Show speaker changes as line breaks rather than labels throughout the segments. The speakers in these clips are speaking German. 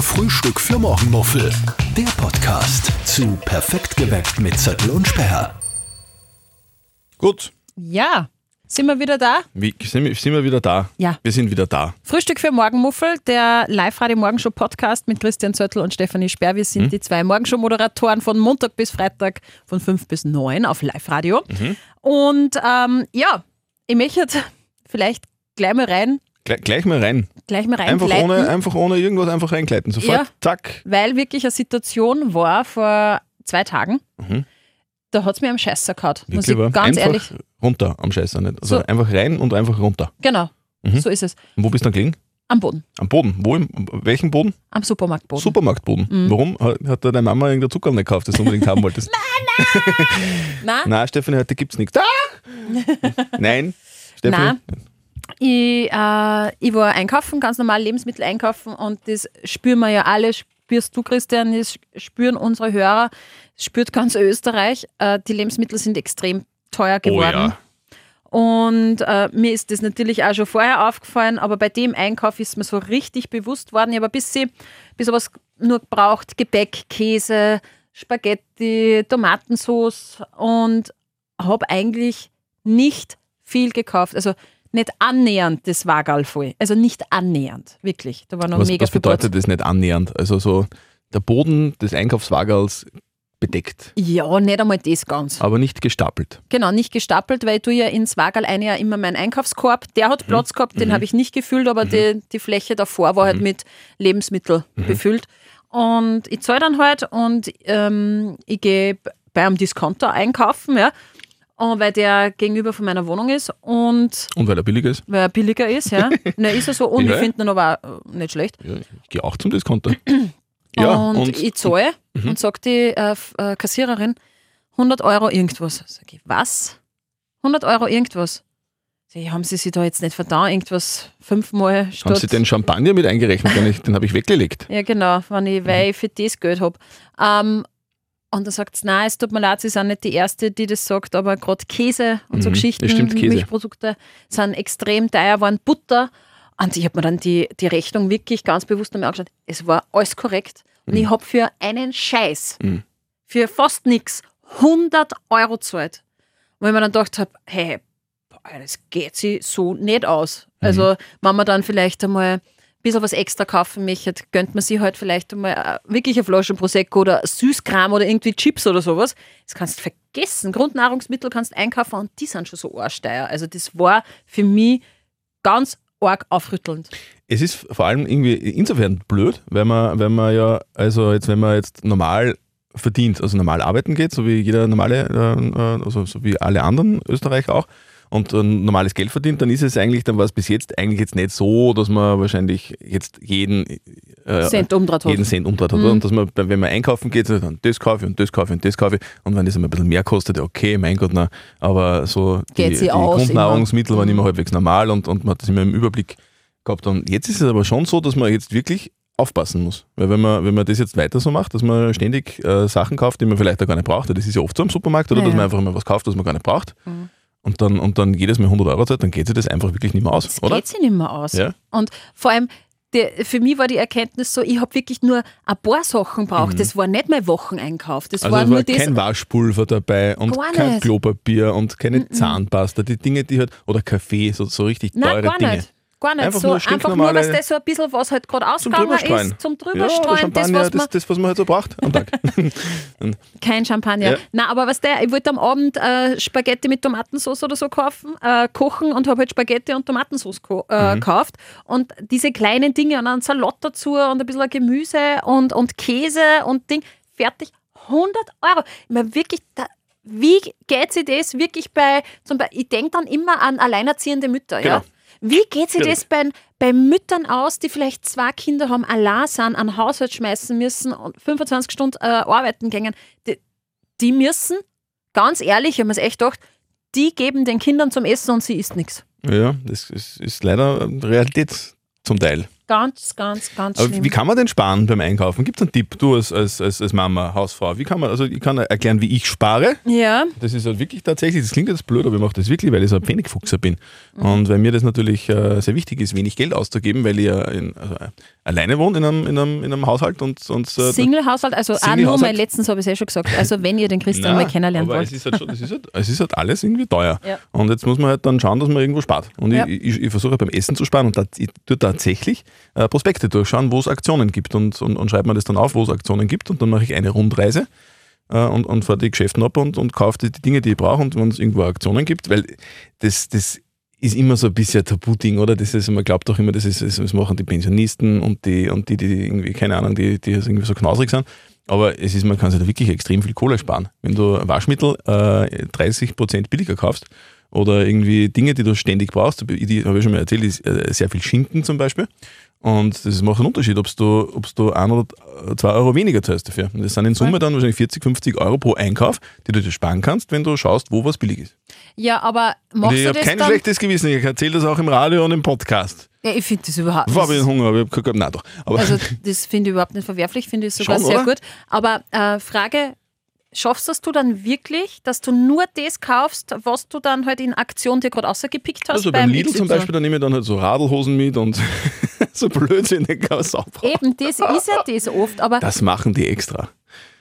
Frühstück für Morgenmuffel. Der Podcast zu Perfekt geweckt mit Zettel und Sperr.
Gut,
Ja, sind wir wieder da?
wie, sind, wir- sind wir wieder da?
Ja.
Wir sind wieder da.
Frühstück für Morgenmuffel, der Live-Radio-Morgenshow-Podcast mit Christian Zöttl und Stefanie Sperr. Wir
Mhm.
sind die zwei Morgenshow-Moderatoren von Montag bis Freitag von 5 bis 9 auf Live-Radio.
Mhm.
Und ähm, ja, ich möchte jetzt vielleicht gleich mal rein,
Gle gleich mal rein.
gleich mal
Einfach
reingleiten,
ohne, einfach ohne irgendwas, einfach reingleiten. Sofort,
Ja.
zack.
weil wirklich eine Situation war vor zwei Tagen, da hat es mir am Scheiß zerkaut, muss ich
Mhm. Wirklich, aber
ganz
einfach
ehrlich.
runter am Scheißer nicht. Also
So.
einfach rein und einfach runter.
Genau,
Mhm.
so ist es.
Und wo bist du dann gelegen?
Am Boden,
Am Boden. Wo im, welchen Boden?
am Supermarktboden.
Supermarktboden.
Mhm.
Warum hat, hat da deine Mama irgendein Zucker nicht gekauft, das du unbedingt haben wolltest?
Nein,
Nein, Stefanie, heute gibt's nichts. Ah! Nein. Stefanie,
Ich, äh, ich war einkaufen, ganz normal Lebensmittel einkaufen und das spüren wir ja alle, spürst du Christian, das spüren unsere Hörer, das spürt ganz Österreich. Äh, die Lebensmittel sind extrem teuer
Oh
geworden. Und äh, mir ist das natürlich auch schon vorher aufgefallen, aber bei dem Einkauf ist mir so richtig bewusst worden. Ich habe ein bisschen, bisschen was nur gebraucht: Gebäck, Käse, Spaghetti, Tomatensauce und habe eigentlich nicht viel gekauft. Also nicht annähernd das Wagal voll. Also nicht annähernd, wirklich. Da war noch
was,
mega
was
viel Platz.
bedeutet das nicht annähernd? Also so der Boden des Einkaufswagels bedeckt,
Ja, nicht einmal das ganz.
aber nicht gestapelt.
Genau, nicht gestapelt, weil ich tue ja ins Wagerl ein ja immer meinen Einkaufskorb. Der hat Platz gehabt, den habe ich nicht gefüllt, aber die, die Fläche davor war halt mit Lebensmittel befüllt. Und ich zahle dann halt und ähm, ich gehe bei einem Discounter einkaufen, ja, und weil der gegenüber von meiner Wohnung ist und
Und weil er billig ist?
weil er billiger ist, ja. Na, ist er so und
Ja.
ich finde ihn aber auch äh, nicht schlecht.
Ja, ich gehe auch zum Discounter. ja, Mhm.
und, ich zahle und sagt die äh, F- äh, Kassiererin 100 Euro irgendwas. Sag ich, was? 100 Euro irgendwas? Sag ich, haben Sie sich da jetzt nicht verdammt irgendwas fünfmal statt?
haben Sie den Champagner mit eingerechnet? Den, ich- den habe ich weggelegt.
ja, genau, wenn ich, weil
Mhm.
ich für das Geld habe. Ähm, und dann sagt sie, nein, es tut mir leid, Sie sind nicht die Erste, die das sagt, aber gerade Käse und so
Mhm, das
Geschichten,
stimmt, Käse.
Milchprodukte sind extrem teuer geworden, Butter. Und ich habe mir dann die, die Rechnung wirklich ganz bewusst einmal angeschaut. Es war alles korrekt. Und ich habe für einen Scheiß,
Mhm.
für fast nichts, 100 Euro gezahlt. Wo ich mir dann gedacht habe, hey, boah, Ah das geht sich so nicht aus.
Mhm.
Also, wenn man dann vielleicht einmal ein bisschen was extra kaufen möchte, gönnt man sich halt vielleicht einmal äh, wirklich eine Flasche Prosecco oder Süßkram oder irgendwie Chips oder sowas. Das kannst du vergessen. Grundnahrungsmittel kannst du einkaufen und die sind schon so arschteuer. Also, das war für mich ganz arg aufrüttelnd.
Es ist vor allem irgendwie insofern blöd, wenn man, wenn man ja, also jetzt, wenn man jetzt normal verdient, also normal arbeiten geht, so wie jeder normale, äh, äh, also so wie alle anderen Österreich auch, und äh, normales Geld verdient, dann ist es eigentlich, dann war es bis jetzt eigentlich jetzt nicht so, dass man wahrscheinlich jetzt jeden äh,
Cent umdraht hat. Mhm.
jeden Cent umdreht. oder? Und dass man, wenn man einkaufen geht, dann das kaufe ich und das kaufe ich und das kaufe ich. Und wenn das immer ein bisschen mehr kostet, ja, okay, mein Gott, na, aber so die,
Geht sie
die
aus Mhm.
Grundnahrungsmittel waren immer halbwegs normal und, und man hat das immer im Überblick gehabt. Und jetzt ist es aber schon so, dass man jetzt wirklich aufpassen muss. Weil wenn man, wenn man das jetzt weiter so macht, dass man ständig äh, Sachen kauft, die man vielleicht auch gar nicht braucht, das ist ja oft so im Supermarkt, oder
Ja, Mhm.
dass man
ja.
einfach immer was kauft, das man gar nicht braucht. Und dann, und dann jedes Mal 100 Euro zahlt, dann geht sich das einfach wirklich nicht mehr aus,
Das
oder?
geht sich nicht mehr aus.
Ja.
Und vor allem, der, für mich war die Erkenntnis so, ich habe wirklich nur ein paar Sachen braucht. Das war nicht mein Wocheneinkauf. Das
Mhm. Also
war
es
nur
war
das.
kein Waschpulver dabei und
Gar
kein
nicht.
Klopapier und keine Zahnpasta, die Dinge, die halt, oder Kaffee, so, so richtig
Nein,
teure
gar
Dinge.
nicht. Gar nicht.
Einfach
so,
nur
einfach nur, dass
stinknormale-
das so ein bisschen was halt gerade
Zum
ausgegangen
Drüberstreuen.
ist, zum
ja, oder
Drüberstreuen. das,
Champagner,
was man,
das, das, was man halt so braucht am Tag.
Kein Champagner.
Ja.
Nein, aber was der, ich wollte am Abend äh, Spaghetti mit Tomatensauce oder so kaufen, äh, kochen und habe halt Spaghetti und Tomatensauce ko- äh,
Mhm.
gekauft. Und diese kleinen Dinge und einen Salat dazu und ein bisschen Gemüse und, und Käse und Ding. Fertig. 100 Euro. Ich meine, wirklich, da, wie geht sie das wirklich bei, zum Beispiel, ich denke dann immer an alleinerziehende Mütter, ja?
Genau.
Wie geht sich
Stimmt.
das bei, bei Müttern aus, die vielleicht zwei Kinder haben, allein sind, an Haushalt schmeißen müssen und 25 Stunden äh, arbeiten gehen? Die, die müssen, ganz ehrlich, ich habe mir echt gedacht, die geben den Kindern zum Essen und sie isst nichts.
ja, das ist, ist leider Realität zum Teil.
Ganz, ganz, ganz
Aber
schlimm.
wie kann man denn sparen beim Einkaufen? Gibt es einen Tipp, du als, als, als als Mama, Hausfrau? Wie kann man, also ich kann erklären, wie ich spare.
ja,
Das ist halt wirklich tatsächlich, das klingt jetzt blöd, aber ich mache das wirklich, weil ich so ein Pfennigfuchser bin.
Mhm.
Und weil mir das natürlich äh, sehr wichtig ist, wenig Geld auszugeben, weil ich ja in, also, äh, alleine wohne in einem, in einem, in einem Haushalt und sonst. äh,
Single-Haushalt, also auch nur
Single-Haushalt.
mein letztens habe ich es eh schon gesagt. Also wenn ihr den Christian
Nein,
mal kennenlernen
aber
wollt.
Es ist, halt schon, es, ist halt, es ist halt alles irgendwie teuer.
Ja.
Und jetzt muss man halt dann schauen, dass man irgendwo spart. Und
Ja.
ich, ich, ich versuche halt beim Essen zu sparen und da, ich tue tatsächlich äh, Prospekte durchschauen, wo es Aktionen gibt und, und, und schreibe mir das dann auf, wo es Aktionen gibt und dann mache ich eine Rundreise. äh, Und, und fahre die Geschäften ab und, und kaufe die, die Dinge, die ich brauche und wenn es irgendwo Aktionen gibt, weil das, das ist immer so ein bisschen ein Tabu-Ding, oder? Das ist, man glaubt doch immer, das ist, das das machen die Pensionisten und die, und die, die irgendwie, keine Ahnung, die, die irgendwie so knausrig sind. Aber es ist, man kann sich da wirklich extrem viel Kohle sparen. Wenn du Waschmittel äh, 30% billiger kaufst oder irgendwie Dinge, die du ständig brauchst, die die habe ich schon mal erzählt, ist äh, sehr viel Schinken zum Beispiel. Und das macht einen Unterschied, ob du, ob's du ein oder zwei Euro weniger zahlst dafür. Und das sind in Summe dann wahrscheinlich 40, 50 Euro pro Einkauf, die du dir sparen kannst, wenn du schaust, wo was billig ist.
Ja, aber
Und
machst
ich
du
habe
das
kein
dann?
schlechtes Gewissen, ich erzähle das auch im Radio und im Podcast.
Ja, ich finde das überhaupt
War ich
das-
Hunger, aber ich habe keinen Nein doch. Aber
Also das finde ich überhaupt nicht verwerflich, finde ich sogar
Schon,
sehr
oder?
gut. Aber äh, Frage, schaffst das du dann wirklich, dass du nur das kaufst, was du dann halt in Aktion dir gerade rausgepickt hast?
also beim, Lidl zum
XY?
Beispiel, da nehme ich dann halt so Radlhosen mit und so Blödsinn, den kann man sauber.
Eben, das ist ja das oft, aber
Das machen die extra,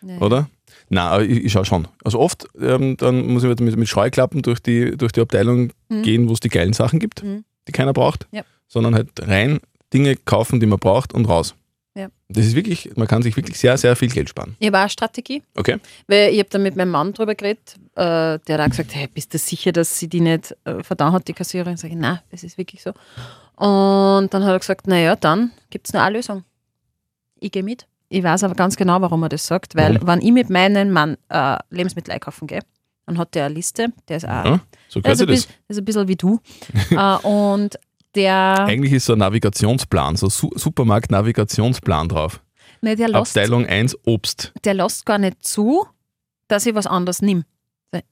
Nee.
oder? Nein, aber ich, ich schaue schon. Also oft, ähm, dann muss ich mit, mit Scheuklappen durch die, durch die Abteilung gehen, wo es die geilen Sachen gibt,
Mhm.
die keiner braucht,
Ja.
sondern halt rein Dinge kaufen, die man braucht und raus.
Ja.
Das ist wirklich, man kann sich wirklich sehr, sehr viel Geld sparen.
ich habe auch eine Strategie.
Okay?
Weil ich habe dann mit meinem Mann drüber geredet, äh, der hat auch gesagt, hey, bist du sicher, dass sie die nicht äh, verdammt hat, die Kassiererin? Sag ich, nein, das ist wirklich so. Und dann hat er gesagt, naja, dann gibt es nur eine Lösung. Ich gehe mit. Ich weiß aber ganz genau, warum er das sagt, weil wenn ich mit meinem Mann äh, Lebensmittel einkaufen gehe, dann hat der eine Liste, der ist auch,
Ja, so
der
gehört
ist, ein,
sich das.
bisschen, der ist ein bisschen wie du. äh, und der,
Eigentlich ist so ein Navigationsplan, so Su Supermarkt-Navigationsplan drauf.
nee, der lässt
Abteilung 1 Obst.
der lässt gar nicht zu, dass ich was anderes nimm.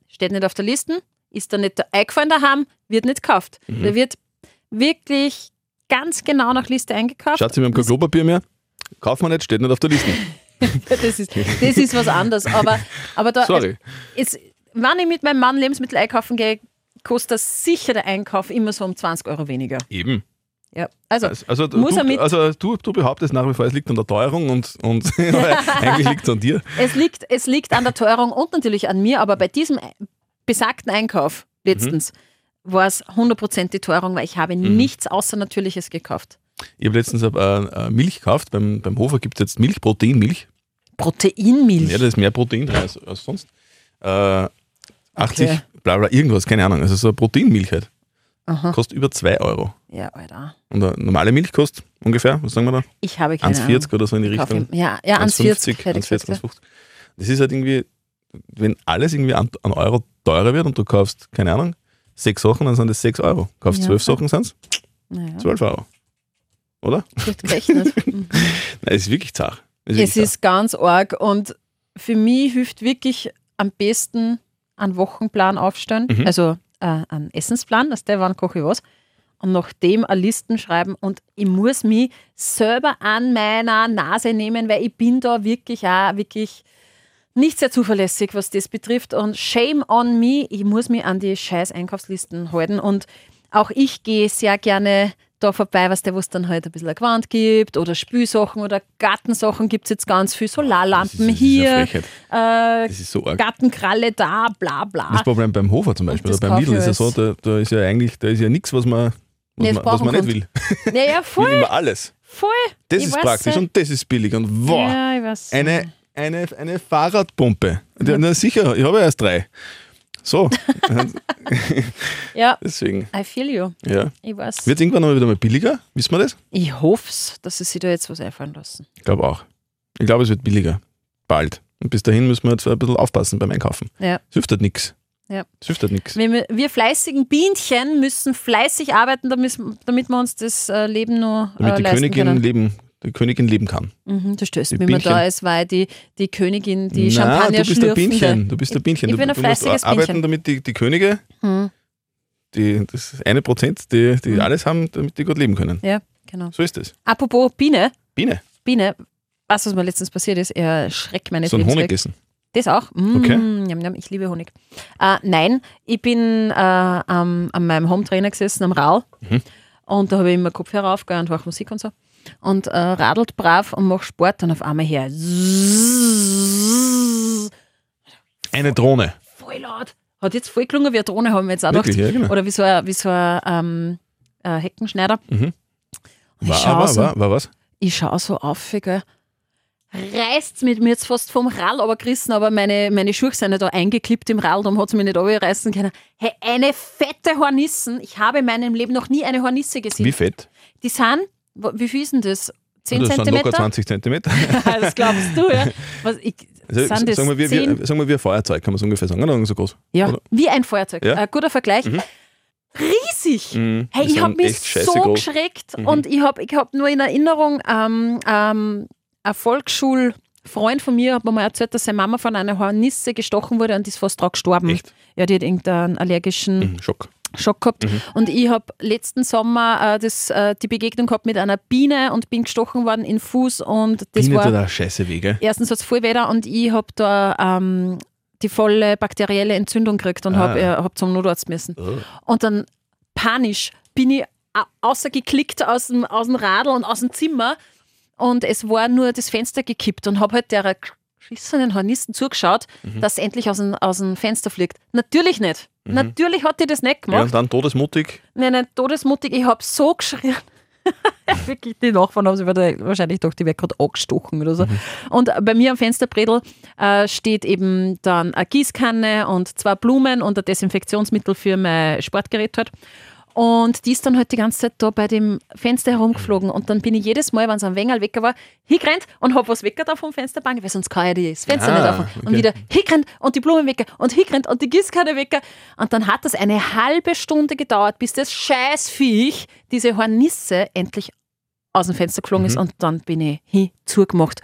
Steht nicht auf der Liste, ist da nicht eingefallen daheim, wird nicht gekauft.
Mhm.
Der wird wirklich ganz genau nach Liste eingekauft.
Schatz, wir haben kein Klopapier mehr. Kaufen wir nicht, steht nicht auf der Liste.
Das ist, das ist was anderes. Aber, aber da,
Sorry.
Es, wenn ich mit meinem Mann Lebensmittel einkaufen gehe, kostet das sicher der Einkauf immer so um 20 Euro weniger.
Eben.
Ja. Also,
Also, also,
Muss er
du,
mit-
also du, du behauptest nach wie vor, es liegt an der Teuerung und, und eigentlich liegt es an dir.
es liegt, es liegt an der Teuerung und natürlich an mir, aber bei diesem besagten Einkauf letztens
Mhm.
war es 100% die Teuerung, weil ich habe nichts Außernatürliches gekauft.
Ich habe letztens äh, äh, Milch gekauft. Beim, beim Hofer gibt es jetzt Milch, Proteinmilch.
Proteinmilch.
Ja, da ist mehr Protein drin als, als sonst. Äh, 80,
Okay.
bla bla, irgendwas, keine Ahnung. Also so eine Proteinmilch halt.
Aha.
Kostet über 2 Euro.
ja, Alter.
Und eine normale Milch kostet ungefähr, was sagen wir da?
Ich habe keine
1,40 oder so in die
Ahnung.
Richtung.
Kauf ihm- Ja, ja 1,40.
1,50,
hätte ich
1,40,
gesagt, ja.
1,50. Das ist halt irgendwie, wenn alles irgendwie an, an Euro teurer wird und du kaufst, keine Ahnung, sechs Sachen, dann sind das sechs Euro. Kaufst
Ja.
zwölf Sachen, sind es
Naja,
zwölf Euro. Oder?
gut gerechnet. Mhm.
Nein, es ist wirklich zach.
es ist ganz arg und für mich hilft wirklich am besten einen Wochenplan aufstellen,
Mhm.
also äh, einen Essensplan, dass der wann koche ich was. Und nach dem eine Listen schreiben und ich muss mich selber an meiner Nase nehmen, weil ich bin da wirklich auch wirklich nicht sehr zuverlässig, was das betrifft. Und shame on me, ich muss mich an die scheiß Einkaufslisten halten. Und auch ich gehe sehr gerne da vorbei, was der, wo es dann halt ein bisschen eine Gewand gibt oder Spülsachen oder Gartensachen gibt es jetzt ganz viel. Solarlampen hier,
Das ist, das ist eine Frechheit.
äh,
Das ist so arg.
Gartenkralle da, bla
Das
bla.
Problem beim Hofer zum Beispiel
das
oder beim Lidl
kaufe
ist
ich
ja so, da, da ist ja eigentlich, da ist ja nichts, was man, was
Nee, das
man, was man nicht
brauchen
will.
Naja,
Will
voll,
immer alles.
voll.
Das
Ich
ist
weiß
praktisch
nicht.
und das ist billig und wow.
Ja, ich weiß.
eine, eine, eine Fahrradpumpe. Ja, na sicher, ich habe ja erst drei. So,
Ja,
deswegen,
I feel you.
ja.
Ich weiß.
Wird irgendwann mal wieder mal billiger? Wissen wir das?
Ich hoffe es, dass sie sich da jetzt was einfallen lassen.
Ich glaube auch. Ich glaube, es wird billiger. Bald. Und bis dahin müssen wir jetzt ein bisschen aufpassen beim Einkaufen.
Ja.
Es hilft halt nichts.
Ja.
Es hilft halt nichts.
Wir, wir fleißigen Bienchen müssen fleißig arbeiten, damit, damit wir uns das äh, Leben nur äh,
Damit die
leisten
Königin
können.
leben, die Königin leben kann.
Mhm, du stößt
Die
mir immer da
Bienchen.
ist, weil die, die Königin, die
Na,
Champagner
du bist ein
schlürfende-
Bienchen. Du bist ein Bienchen.
Ich
du,
bin ein
du musst
fleißiges
arbeiten,
Bienchen.
damit die, die Könige,
Hm,
die, das eine Prozent, die, die
Mhm.
alles haben, damit die gut leben können.
ja, Genau.
So ist es.
Apropos Biene,
Biene.
Biene, was, was mir letztens passiert ist, ihr Schreck meines
So ein
Lebens
Honig
weg.
essen.
Das auch? Mm,
Okay.
Yum, yum, ich liebe Honig. Äh, nein, ich bin äh, am, an meinem Home-Trainer gesessen, am Rau.
Mhm.
Und da habe ich immer Kopfhörer aufgehört und höre Musik und so. Und äh, radelt brav und mache Sport und auf einmal her.
Eine Drohne.
Voll laut. Hat jetzt voll gelungen wie eine Drohne, haben wir jetzt auch
Wirklich,
gedacht.
ja, genau.
Oder wie so ein, wie so ein ähm, äh, Heckenschneider.
Mhm.
Und ich
War,
schaue
war,
so,
war, war was?
ich schau so auf, gell. Reißt mit mir jetzt fast vom Rall runtergerissen, aber meine, meine Schuhe sind ja da eingeklippt im Rall, darum hat es mich nicht runterreißen können. Hey, eine fette Hornissen. Ich habe in meinem Leben noch nie eine Hornisse gesehen.
Wie fett? Also
Die sind, wo- wie viel ist denn das? 10
Das sind locker
Zentimeter?
20 Zentimeter.
das glaubst du, ja. Was, ich,
Also,
sind das
sagen, wir,
zehn?
wir, sagen wir wie ein Feuerzeug, kann man so ungefähr sagen. Oder Irgend so groß.
ja,
oder?
wie ein Feuerzeug.
Ja.
Ein guter Vergleich. Riesig!
Mhm.
Hey,
Die
ich habe
sind
mich
echt scheiße Mhm.
so
groß.
geschreckt und ich habe ich hab nur in Erinnerung, ähm, ähm, ein Volksschulfreund von mir hat mir mal erzählt, dass seine Mama von einer Hornisse gestochen wurde und ist fast dran gestorben.
Echt?
Ja, die hat irgendeinen allergischen
Mhm, Schock.
Schock gehabt. Und ich habe letzten Sommer äh, das, äh, die Begegnung gehabt mit einer Biene und bin gestochen worden in den Fuß und das
Biene
war
tut auch scheiße weh, gell?
erstens hat es voll weder und ich habe da ähm, die volle bakterielle Entzündung gekriegt und
Ah.
habe äh, hab zum Notarzt müssen.
Oh.
Und dann panisch bin ich au- außergeklickt aus dem, aus dem Radl und aus dem Zimmer und es war nur das Fenster gekippt und habe halt der geschissenen Hornisten zugeschaut,
Mhm.
dass sie endlich aus dem, aus dem Fenster fliegt. Natürlich nicht. Natürlich hat die das nicht
Ja,
gemacht.
und dann todesmutig.
Nein, nein, todesmutig, ich habe so geschrien. Wirklich, die Nachbarn haben sich wahrscheinlich- wahrscheinlich doch die wird gerade angestochen oder so.
Mhm.
Und bei mir am Fensterbredel äh, steht eben dann eine Gießkanne und zwei Blumen und ein Desinfektionsmittel für mein Sportgerät halt. Und die ist dann halt die ganze Zeit da bei dem Fenster herumgeflogen. Und dann bin ich jedes Mal, wenn es am Wengerl weg war, hingerannt und hab was weggetan vom Fensterbank, weil sonst kann ich das Fenster
Ah,
nicht aufmachen. Und
okay.
wieder hingerannt und die Blumen weg und hingerannt und die Gießkanne weg. Und dann hat das eine halbe Stunde gedauert, bis das Scheißviech, diese Hornisse, endlich aus dem Fenster geflogen
Mhm.
ist. Und dann bin ich hin zugemacht.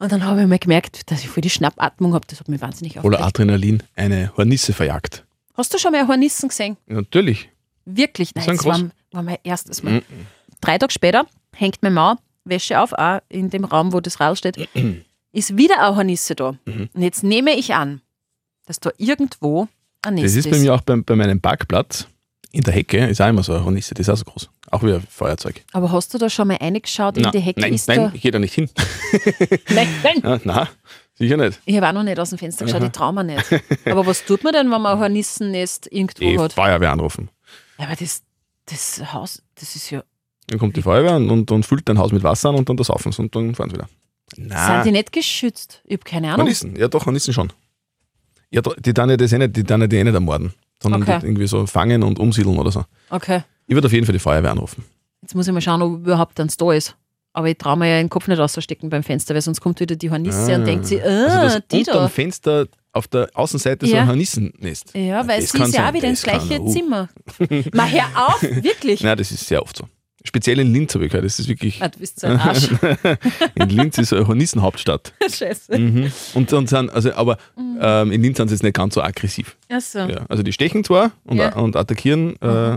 Und dann habe ich mal gemerkt, dass ich voll die Schnappatmung habe. Das hat mich wahnsinnig
Oder
aufgeregt.
Adrenalin eine Hornisse verjagt.
Hast du schon mal Hornissen gesehen?
Natürlich.
Wirklich? Nein,
sind
das war,
groß. Mhm.
war mein erstes Mal. Drei Tage später hängt meine Mauer Wäsche auf, auch in dem Raum, wo das Rad steht, ist wieder eine Hornisse da.
Mhm.
Und jetzt nehme ich an, dass da irgendwo
Das
ein Nest
ist
ist.
bei mir auch bei, bei meinem Parkplatz. In der Hecke ist auch immer so eine Hornisse, die ist auch so groß. Auch wie ein Feuerzeug.
Aber hast du da schon mal reingeschaut in
Na,
die Hecke?
nein,
ist
nein, ich gehe da nicht hin.
da, nein, nein.
Na, na sicher nicht.
Ich habe auch noch nicht aus dem Fenster geschaut, ich traue mir nicht. Aber was tut man denn, wenn man ein Hornissennest irgendwo
Die
hat?
Eh, Feuerwehr anrufen.
Ja, aber das, das Haus, das ist ja.
Dann kommt die Feuerwehr und, und, und füllt dein Haus mit Wasser an und dann das Aufens und dann fahren sie wieder.
Sind die
Nein,
nicht geschützt? Ich habe keine Ahnung.
Hornissen. Ja, doch, Hornissen schon. Ja, doch, die dann ja das eh nicht, die dann ja die eh nicht ermorden, sondern
Okay.
die irgendwie so fangen und umsiedeln oder so.
Okay.
Ich würde auf jeden Fall die Feuerwehr anrufen.
Jetzt muss ich mal schauen, ob überhaupt eins da ist. Aber ich traue mir ja den Kopf nicht rauszustecken beim Fenster, weil sonst kommt wieder die Hornisse
Ah.
und denkt sie, äh,
also das
die
unter
da.
dem Fenster auf der Außenseite so
Ja.
ein Hornissennest. Ah,
Ja, weil
das
sie
kann
ist ja auch
sein,
wieder ins
das kann-
gleiche
uh.
Zimmer. Mal hör auf, wirklich.
Nein, das ist sehr oft so. Speziell in Linz habe ich gehört, das ist wirklich.
Ah, du bist so ein Arsch.
In Linz ist eine Hornissenhauptstadt.
Scheiße.
Mhm. Und, und sind, also, aber
Mhm.
ähm, in Linz sind sie jetzt nicht ganz so aggressiv.
Achso.
Ja. Also die stechen zwar und,
Ah. Ja. Mhm.
und attackieren, äh,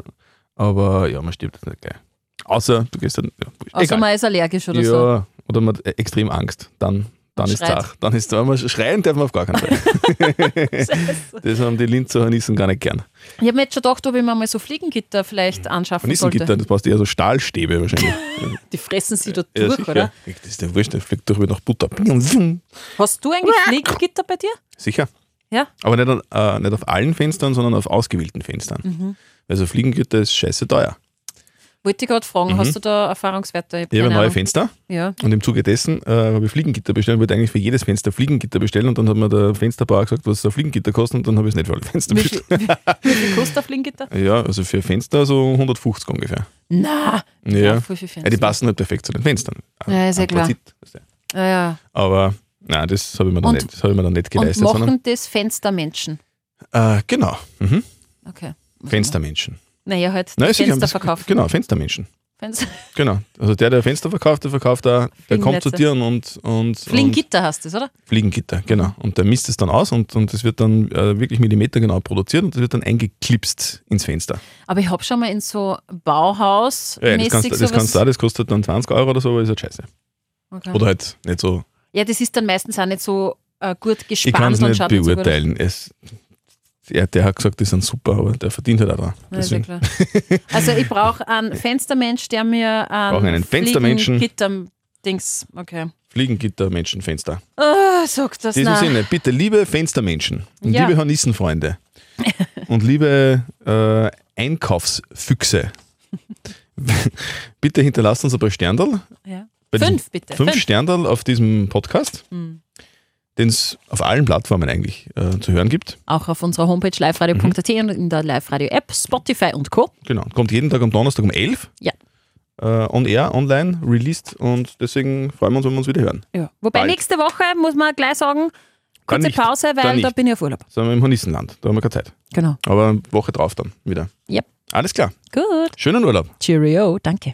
aber ja, man stirbt jetzt nicht gleich. Außer du gehst dann. Ja, wurscht.
Außer
Egal.
man ist allergisch oder
ja,
so.
oder man hat äh, extrem Angst. Dann, dann ist es
Schreit.
zach. Dann ist es Schreien darf man auf gar keinen Fall.
Scheiße.
Das haben die Linzer Hornissen gar nicht gern.
Ich habe mir jetzt schon gedacht, ob ich mir mal so Fliegengitter
Hm.
vielleicht anschaffen
Hornissengitter,
sollte.
das passt eher so Stahlstäbe wahrscheinlich.
Die fressen sie da
Ja,
durch,
sicher.
oder?
Das ist ja wurscht, der fliegt durch wie nach Butter.
Hast du eigentlich Fliegengitter bei dir?
Sicher.
Ja?
Aber nicht, an- äh, nicht auf allen Fenstern, sondern auf ausgewählten Fenstern.
Mhm.
Also Fliegengitter ist scheiße teuer.
Wollte ich gerade fragen, hast du da Erfahrungswerte? hab
Mhm. Ich habe
keine
neue
Ahnung.
Fenster
Ja.
und im Zuge dessen äh, habe ich Fliegengitter bestellt. Ich wollte eigentlich für jedes Fenster Fliegengitter bestellen und dann hat mir der Fensterbauer gesagt, was ein Fliegengitter kostet und dann habe ich es nicht für alle Fenster
Wie viel,
bestellt.
wie, wie viel kostet ein Fliegengitter?
Ja, also für Fenster so 150 ungefähr.
Na,
Ja. Ah,
voll viel Fenster.
ja die passen halt perfekt zu den Fenstern.
Ja, ist ja
Ein
klar.
Quarzit, weißt du.
ja, ja.
Aber nein, das habe ich, mir dann
Und-
nicht- Genau, das ne? habe ich mir dann nicht
Und
geleistet. Sondern,
machen das Fenstermenschen.
äh, genau, mhm.
Okay.
Fenstermenschen.
Naja, halt
Nein,
die
sicher,
Fenster
das-
verkaufen.
Genau, Fenstermenschen.
Fenster.
Genau. Also der, der Fenster verkauft, der verkauft da, der kommt zu
Fliegenplätze.
dir und, und, und
Fliegengitter hast du das, oder?
Fliegengitter, genau. Und der misst es dann aus und und es wird dann äh, wirklich millimetergenau produziert und es wird dann eingeklipst ins Fenster.
Aber ich habe schon mal in so Bauhaus
Ja, das kannst,
mäßig
das kannst du auch, das kostet dann 20 Euro oder so, aber ist halt scheiße.
Okay.
Oder halt nicht so.
Ja, das ist dann meistens auch nicht so äh, gut
Ich
gespannt
kann es
und
nicht
schaut nicht so gut aus.
beurteilen. Es, er, der hat gesagt, die sind super, aber der verdient halt auch dran.
Ja, ist
Deswegen.
ja klar. Also ich brauche einen Fenstermensch, der mir
Brauchen einen Fenstermenschen.
Gitter Dings, okay.
Fliegengitter, Menschen, Fenster.
Ah, sag das
In diesem
na.
Sinne, bitte liebe Fenstermenschen und
Ja.
liebe Hornissenfreunde und liebe äh, Einkaufsfüchse, bitte hinterlasst uns ein paar Sterndal.
Ja.
Bei diesem-
Fünf bitte.
Fünf
Fünf.
Sterndal auf diesem Podcast,
Mhm.
den es auf allen Plattformen eigentlich äh, zu hören gibt.
Auch auf unserer Homepage liveradio.at
Mhm.
und in der Live-Radio-App, Spotify und Co.
Genau. Kommt jeden Tag am Donnerstag um 11.
Ja.
Äh, on air, online, released und deswegen freuen wir uns, wenn wir uns wieder hören.
Ja. Wobei
Bald.
nächste Woche, muss man gleich sagen,
Dann
kurze
nicht.
Pause,
Dann
weil da
nicht.
bin ich auf Urlaub.
Sind wir im Hornissenland, da haben wir keine Zeit.
Genau.
Aber Woche drauf dann wieder.
Yep.
Alles klar.
Gut.
Schönen Urlaub.
Cheerio. Danke.